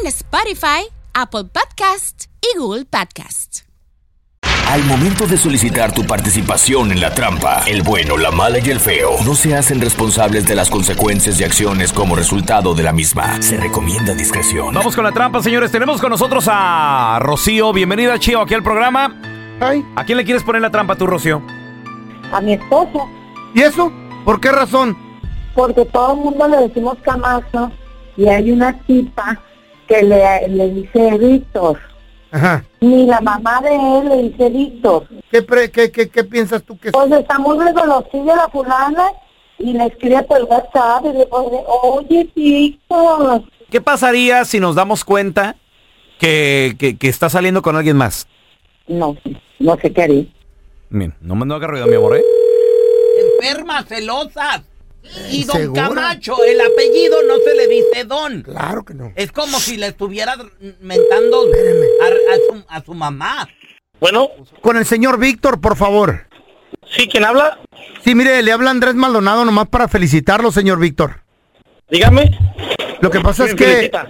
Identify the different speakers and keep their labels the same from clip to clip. Speaker 1: en Spotify, Apple Podcast y Google Podcast.
Speaker 2: Al momento de solicitar tu participación en la trampa, el bueno, la mala y el feo no se hacen responsables de las consecuencias y acciones como resultado de la misma. Se recomienda discreción.
Speaker 3: Vamos con la trampa, señores. Tenemos con nosotros a Rocío. Bienvenida, Chío, aquí al programa. ¿A quién le quieres poner la trampa tú, Rocío?
Speaker 4: a mi esposo,
Speaker 5: ¿Y eso? ¿Por qué razón?
Speaker 4: porque todo el mundo le decimos Camazo y hay una tipa que le, le dice Víctor.
Speaker 5: Ajá.
Speaker 4: Ni la mamá de él le dice Víctor.
Speaker 5: ¿Qué, pre- qué, qué, qué piensas tú que es?
Speaker 4: Pues está muy reconocida la fulana y le escribe por WhatsApp y le pone, oye Víctor,
Speaker 3: ¿Qué pasaría si nos damos cuenta que, que, que está saliendo con alguien más?
Speaker 4: no, no sé qué haré.
Speaker 3: Bien, no me no haga ruido, mi amor, ¿eh?
Speaker 6: enfermas, celosas. Y don
Speaker 5: ¿Segura?
Speaker 6: Camacho, el apellido no se le dice don.
Speaker 5: Claro que no.
Speaker 6: Es como si le estuvieras mentando
Speaker 5: Espérame.
Speaker 6: a, a su, a su mamá.
Speaker 7: Bueno,
Speaker 5: Con el señor Víctor, por favor.
Speaker 7: sí, ¿quién habla?
Speaker 5: Sí, mire, le habla Andrés Maldonado nomás para felicitarlo, señor Víctor.
Speaker 7: Dígame.
Speaker 5: Lo que pasa es
Speaker 7: Me
Speaker 5: que...
Speaker 7: felicita.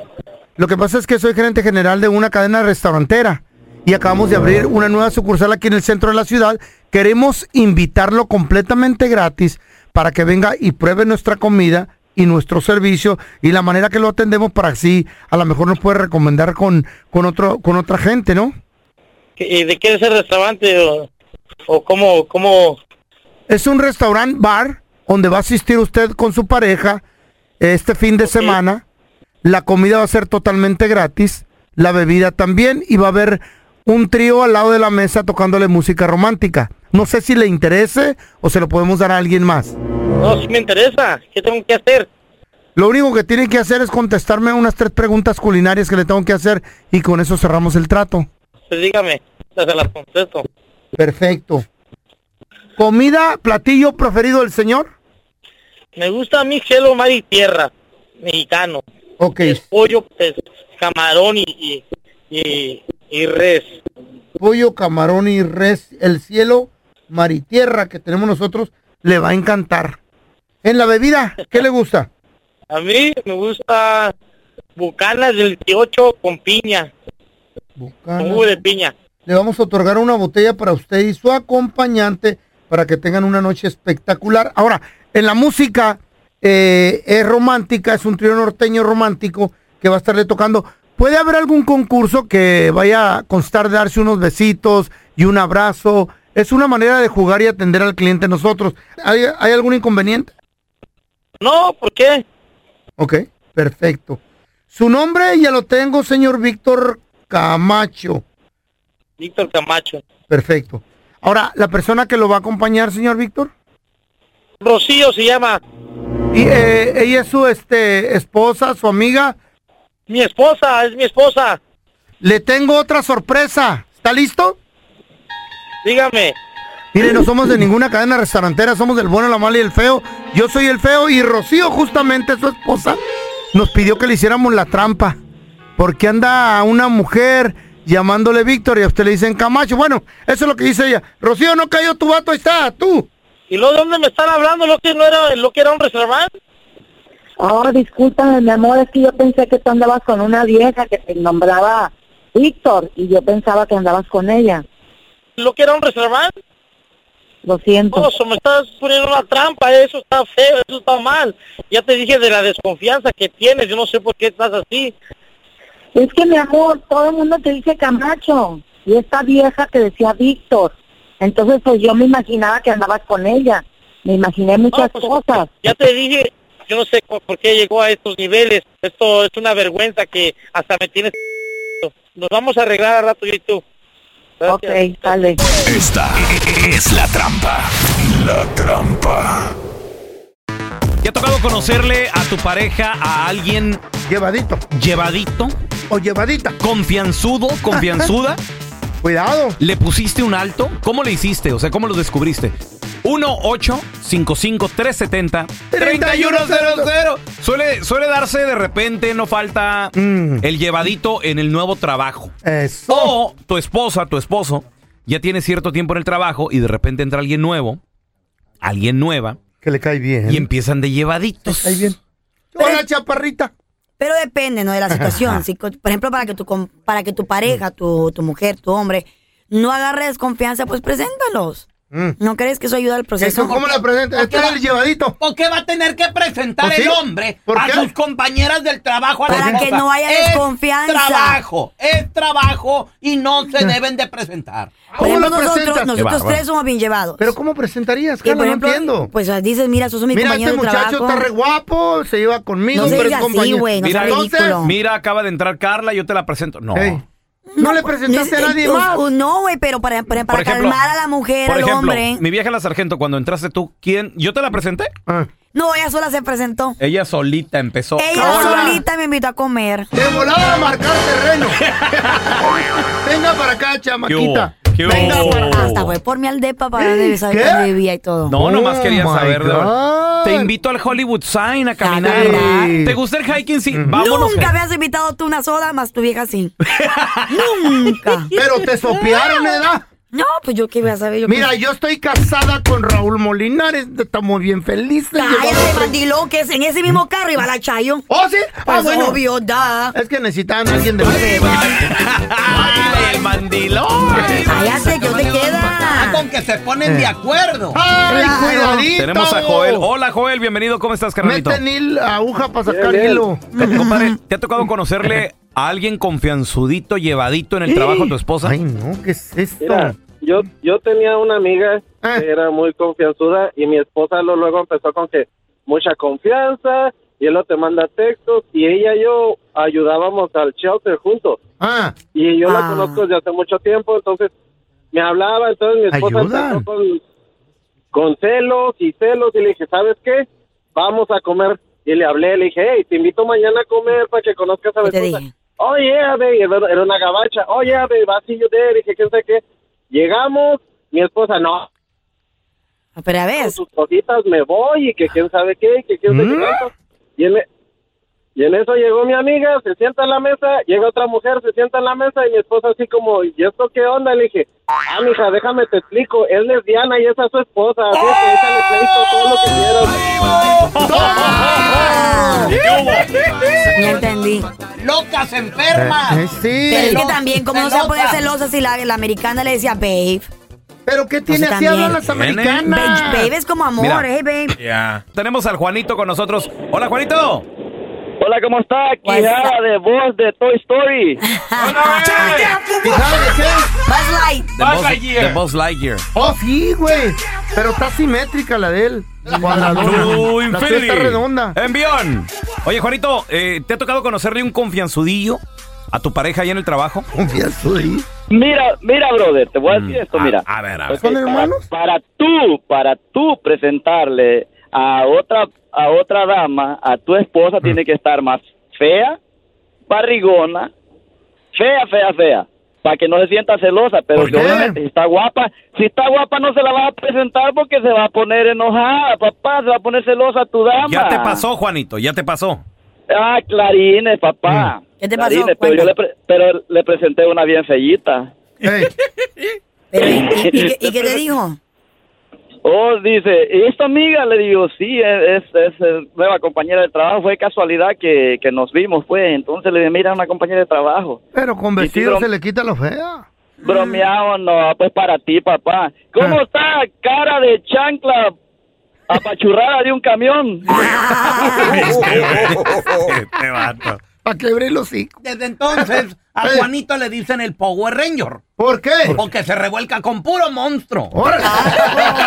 Speaker 5: Lo que pasa es que soy gerente general de una cadena restaurantera y acabamos de abrir una nueva sucursal aquí en el centro de la ciudad. Queremos invitarlo completamente gratis para que venga y pruebe nuestra comida y nuestro servicio y la manera que lo atendemos para así a lo mejor nos puede recomendar con, con otro con otra gente, ¿no?
Speaker 7: ¿Qué- eh, ¿De qué es el restaurante? ¿O, o cómo, cómo?
Speaker 5: Es un restaurante bar donde va a asistir usted con su pareja este fin de semana. La comida va a ser totalmente gratis, la bebida también y va a haber un trío al lado de la mesa tocándole música romántica. No sé si le interese o se lo podemos dar a alguien más.
Speaker 7: No, sí me interesa. ¿Qué tengo que hacer?
Speaker 5: Lo único que tiene que hacer es contestarme unas tres preguntas culinarias que le tengo que hacer y con eso cerramos el trato.
Speaker 7: Pues dígame, ya se las contesto.
Speaker 5: Perfecto. ¿Comida, platillo preferido del señor?
Speaker 7: Me gusta a mí cielo, mar y tierra, mexicano.
Speaker 5: Ok.
Speaker 7: Es pollo, pues, camarón y, y, y- y res.
Speaker 5: pollo, camarón y res, el cielo, mar y tierra que tenemos nosotros, le va a encantar. En la bebida, ¿qué le gusta?
Speaker 7: A mí me gusta bucanas del 18 con piña, con jugo de piña.
Speaker 5: Le vamos a otorgar una botella para usted y su acompañante para que tengan una noche espectacular. Ahora, en la música eh, es romántica, es un trío norteño romántico que va a estarle tocando. ¿Puede haber algún concurso que vaya a constar de darse unos besitos y un abrazo? Es una manera de jugar y atender al cliente nosotros. ¿Hay, hay algún inconveniente?
Speaker 7: No, ¿por qué?
Speaker 5: Ok, perfecto. Su nombre ya lo tengo, señor Víctor Camacho.
Speaker 7: Víctor Camacho.
Speaker 5: Perfecto. Ahora, la persona que lo va a acompañar, señor Víctor,
Speaker 7: Rocío se llama
Speaker 5: y eh, ella es su este, esposa, su amiga.
Speaker 7: mi esposa, es mi esposa.
Speaker 5: Le tengo otra sorpresa. ¿Está listo?
Speaker 7: Dígame.
Speaker 5: Mire, no somos de ninguna cadena restaurantera, somos del bueno, la mala y el feo. Yo soy el feo y Rocío, justamente su esposa, nos pidió que le hiciéramos la trampa. Porque anda una mujer llamándole Víctor y a usted le dicen Camacho. Bueno, eso es lo que dice ella. Rocío, no cayó tu vato, ahí está, tú.
Speaker 7: ¿Y luego de dónde me están hablando? ¿Lo que no era, lo que era un restaurante?
Speaker 4: Oh, discúlpame, mi amor, es que yo pensé que tú andabas con una vieja que te nombraba Víctor y yo pensaba que andabas con ella.
Speaker 7: ¿Lo que era un restaurante?
Speaker 4: Lo siento.
Speaker 7: Oso, me estás poniendo una trampa, eso está feo, eso está mal. Ya te dije de la desconfianza que tienes, yo no sé por qué estás así.
Speaker 4: Es que mi amor, todo el mundo te dice Camacho. Y esta vieja te decía Víctor. Entonces pues yo me imaginaba que andabas con ella. Me imaginé
Speaker 7: Ah,
Speaker 4: muchas
Speaker 7: pues,
Speaker 4: cosas.
Speaker 7: Ya te dije, yo no sé cu- por qué llegó a estos niveles. Esto es una vergüenza que hasta me tienes... Nos vamos a arreglar al rato yo y tú.
Speaker 4: Ok, dale.
Speaker 2: Esta es la trampa. La trampa.
Speaker 3: ¿Te ha tocado conocerle a tu pareja a alguien
Speaker 5: Llevadito.
Speaker 3: llevadito,
Speaker 5: O llevadita.
Speaker 3: confianzudo, confianzuda?
Speaker 5: Cuidado.
Speaker 3: ¿Le pusiste un alto? ¿Cómo le hiciste? O sea, ¿cómo lo descubriste? 1 8 55 370 3100 suele, suele darse de repente, no falta
Speaker 5: Mm. Oh.
Speaker 3: el llevadito en el nuevo trabajo.
Speaker 5: Eso.
Speaker 3: O tu esposa, tu esposo, ya tiene cierto tiempo en el trabajo y de repente entra alguien nuevo, alguien nueva,
Speaker 5: Que le cae bien.
Speaker 3: y empiezan de llevaditos.
Speaker 5: Ahí bien. Hola, chaparrita.
Speaker 8: Pero depende, ¿no? De la situación. Si, co- por ejemplo, para que tu, com- para que tu pareja, tu, tu mujer, tu hombre, no agarre desconfianza, pues preséntalos.
Speaker 5: Mm.
Speaker 8: ¿No crees que Pues eso ayuda al proceso?
Speaker 5: Eso, ¿Cómo la presenta? Este es el llevadito.
Speaker 6: ¿Por qué va a tener que presentar
Speaker 3: Pues
Speaker 5: ¿Por qué?
Speaker 6: el hombre
Speaker 5: ¿Por
Speaker 6: a
Speaker 5: qué?
Speaker 6: sus compañeras del trabajo? a la
Speaker 8: Para
Speaker 6: esposa?
Speaker 8: que no haya
Speaker 6: Es
Speaker 8: desconfianza.
Speaker 6: trabajo, es trabajo y no se deben de presentar.
Speaker 8: Por
Speaker 5: ¿Cómo
Speaker 8: ejemplo,
Speaker 5: la
Speaker 8: nosotros,
Speaker 5: presentas?
Speaker 8: nosotros
Speaker 3: Qué
Speaker 8: tres somos bien llevados.
Speaker 5: Pero ¿cómo presentarías?
Speaker 8: Y,
Speaker 5: Carla, no entiendo.
Speaker 8: Pues dices, mira, esos son mis
Speaker 5: Mira, este
Speaker 8: compañeros de
Speaker 5: muchacho
Speaker 8: trabajo.
Speaker 5: está re guapo, se lleva conmigo,
Speaker 8: No se
Speaker 5: pero
Speaker 8: diga
Speaker 5: es
Speaker 8: así,
Speaker 5: compañero.
Speaker 8: güey, no
Speaker 3: sea
Speaker 5: entonces,
Speaker 8: ridículo.
Speaker 3: Mira, acaba de entrar Carla, yo te la presento. No.
Speaker 5: Ey, no, le presentaste
Speaker 8: no,
Speaker 5: a nadie
Speaker 8: eh,
Speaker 5: más.
Speaker 8: uh, No, güey, pero para, para,
Speaker 3: Por
Speaker 8: para
Speaker 3: ejemplo,
Speaker 8: calmar a la mujer,
Speaker 3: Por
Speaker 8: al
Speaker 3: ejemplo,
Speaker 8: hombre.
Speaker 3: mi vieja la sargento, cuando entraste tú, ¿quién? ¿Yo te la presenté?
Speaker 5: Ah.
Speaker 8: No, ella sola se presentó.
Speaker 3: Ella solita empezó.
Speaker 8: Ella
Speaker 5: Hola.
Speaker 8: solita me invitó a comer.
Speaker 5: De volada a marcar terreno. Venga para acá, chamaquita.
Speaker 3: hubo? ¿Qué hubo?
Speaker 5: Venga
Speaker 3: Oh.
Speaker 5: para
Speaker 8: Hasta fue por mi al depa para
Speaker 5: ¿Eh? ¿Qué?
Speaker 8: saber dónde vivía y todo.
Speaker 3: No, nomás
Speaker 5: Oh
Speaker 3: quería
Speaker 5: my
Speaker 3: saber. de verdad.
Speaker 5: God.
Speaker 3: Te invito al Hollywood Sign a caminar.
Speaker 8: ¿verdad?
Speaker 3: ¿Te gusta el hiking? Sí. Vámonos.
Speaker 8: Nunca habías invitado tú una soda más tu vieja sí. Nunca.
Speaker 5: Pero te sopearon, ¿verdad?
Speaker 8: No, pues yo qué voy a saber. Yo
Speaker 5: Mira,
Speaker 8: qué-
Speaker 5: yo estoy casada con Raúl Molinares. Estamos bien felices.
Speaker 8: cállate,
Speaker 5: Llevamos-
Speaker 8: bandilón, que es en ese mismo carro iba la Chayo.
Speaker 5: ¿Oh, sí? Ah,
Speaker 8: Pues
Speaker 5: bueno.
Speaker 8: obvio, da.
Speaker 5: Es que necesitaban a alguien de
Speaker 3: ¡Ay, el mandilón!
Speaker 8: Cállate, que no te
Speaker 6: Ah,
Speaker 8: queda.
Speaker 6: con que se ponen de acuerdo.
Speaker 5: ¡Ay,
Speaker 8: Claro.
Speaker 5: cuidadito!
Speaker 3: Tenemos a Joel. Oh, Hola, Joel. Bienvenido. ¿Cómo estás, carnalito?
Speaker 5: Meten hil- aguja para sacar
Speaker 7: Bien, bien.
Speaker 5: hilo.
Speaker 3: Te- compadre, ¿te ha tocado conocerle a alguien confianzudito, llevadito en el trabajo a tu esposa?
Speaker 5: Ay, no, ¿qué es esto?
Speaker 7: Mira, yo, yo tenía una amiga
Speaker 5: Ah.
Speaker 7: que era muy confianzuda y mi esposa lo, luego empezó con que mucha confianza y él lo te manda textos y ella y yo ayudábamos al shelter juntos
Speaker 5: Ah,
Speaker 7: y yo
Speaker 8: Ah.
Speaker 7: la conozco desde hace mucho tiempo, entonces me hablaba, entonces mi esposa
Speaker 5: Ayuda.
Speaker 7: empezó con, con celos y celos y le dije, ¿sabes qué? Vamos a comer. Y le hablé, le dije, hey, te invito mañana a comer para que conozcas a mi
Speaker 8: ¿Qué te
Speaker 7: esposa.
Speaker 8: dije?
Speaker 7: Oh yeah, babe, era era una gabacha. Oh yeah, babe, va así yo de, dije, ¿qué sé qué? Llegamos, mi esposa, no,
Speaker 8: Pero a
Speaker 7: con
Speaker 8: ver,
Speaker 7: sus cositas me voy y que quién sabe qué, que quién sabe qué tanto. Y en, e- y en eso llegó mi amiga, se sienta en la mesa, llega otra mujer, se sienta en la mesa y mi esposa así como, ¿y esto qué onda? Le dije, ah, mija, déjame te explico, es lesbiana y esa es su esposa, así es que échale pleito todo lo que quieras.
Speaker 8: Ah. ya entendí.
Speaker 6: Locas, enfermas.
Speaker 5: eh,
Speaker 8: Pero es
Speaker 5: sí.
Speaker 8: que también, como no se va a poner celosa si la, la americana le decía babe?
Speaker 5: ¿Pero qué tiene
Speaker 8: No sé,
Speaker 5: así
Speaker 8: también.
Speaker 5: hablan las
Speaker 3: Tiene-
Speaker 8: Babe,
Speaker 5: americanas?
Speaker 8: babe es como amor,
Speaker 3: Mira.
Speaker 8: hey babe.
Speaker 3: Tenemos al Juanito con nosotros. Hola, Juanito.
Speaker 7: Hola, ¿cómo está? Aquí
Speaker 8: What's Jara
Speaker 7: de voz de Toy Story.
Speaker 5: ¿Y sabes de qué?
Speaker 8: Buzz Light.
Speaker 3: The Buzz, The Buzz Lightyear.
Speaker 5: Oh, sí, güey. Pero está simétrica la de él. Cuadradona.
Speaker 3: Blue
Speaker 5: La
Speaker 3: Infinity.
Speaker 5: tuya está redonda.
Speaker 3: Envión. Oye, Juanito, eh, ¿te ha tocado conocerle un confianzudillo a tu pareja ahí en el trabajo?
Speaker 5: Confianza ahí.
Speaker 7: Mira, mira, brother, te voy a decir esto,
Speaker 3: a-
Speaker 7: mira.
Speaker 3: Mm, a ver, a ver.
Speaker 7: Ok,
Speaker 5: ¿Son
Speaker 7: para-
Speaker 5: hermanos?
Speaker 7: Para, tú, para tú presentarle a otra, a otra dama, a tu esposa,
Speaker 3: Mm.
Speaker 7: tiene que estar más fea, barrigona, fea, fea, fea, para que no se sienta celosa, pero
Speaker 5: ¿Por
Speaker 7: que
Speaker 5: qué?
Speaker 7: obviamente si está guapa, si está guapa no se la vas a presentar porque se va a poner enojada, papá, se va a poner celosa tu dama.
Speaker 3: Ya te pasó, Juanito, ya te pasó.
Speaker 7: Ah, clarines, papá.
Speaker 3: Mm.
Speaker 8: ¿Qué te pasó?
Speaker 7: Clarines, pero, yo
Speaker 8: Cuéntame.
Speaker 7: le pre- pero le presenté una bien fellita.
Speaker 5: Ey,
Speaker 8: Pero, ¿y, y- y qué- y qué te dijo?
Speaker 7: Oh, dice, ¿y esta amiga? Le digo, sí, es, es, es nueva compañera de trabajo. Fue casualidad que, que nos vimos, pues. Entonces le dije, mira, una compañera de trabajo.
Speaker 5: pero con
Speaker 7: Y
Speaker 5: vestido
Speaker 7: tiro-
Speaker 5: se le quita lo fea.
Speaker 7: Bromeamos, no, pues para ti, papá. ¿Cómo
Speaker 5: Ah.
Speaker 7: está cara de chancla apachurrada de un camión?
Speaker 3: Este, güey. Este vato.
Speaker 5: para que abrí los hijos.
Speaker 6: Desde entonces, a
Speaker 5: Eh.
Speaker 6: Juanito le dicen el Power Ranger.
Speaker 5: ¿Por qué?
Speaker 6: Porque se revuelca con puro monstruo.
Speaker 5: Ahora- Ah.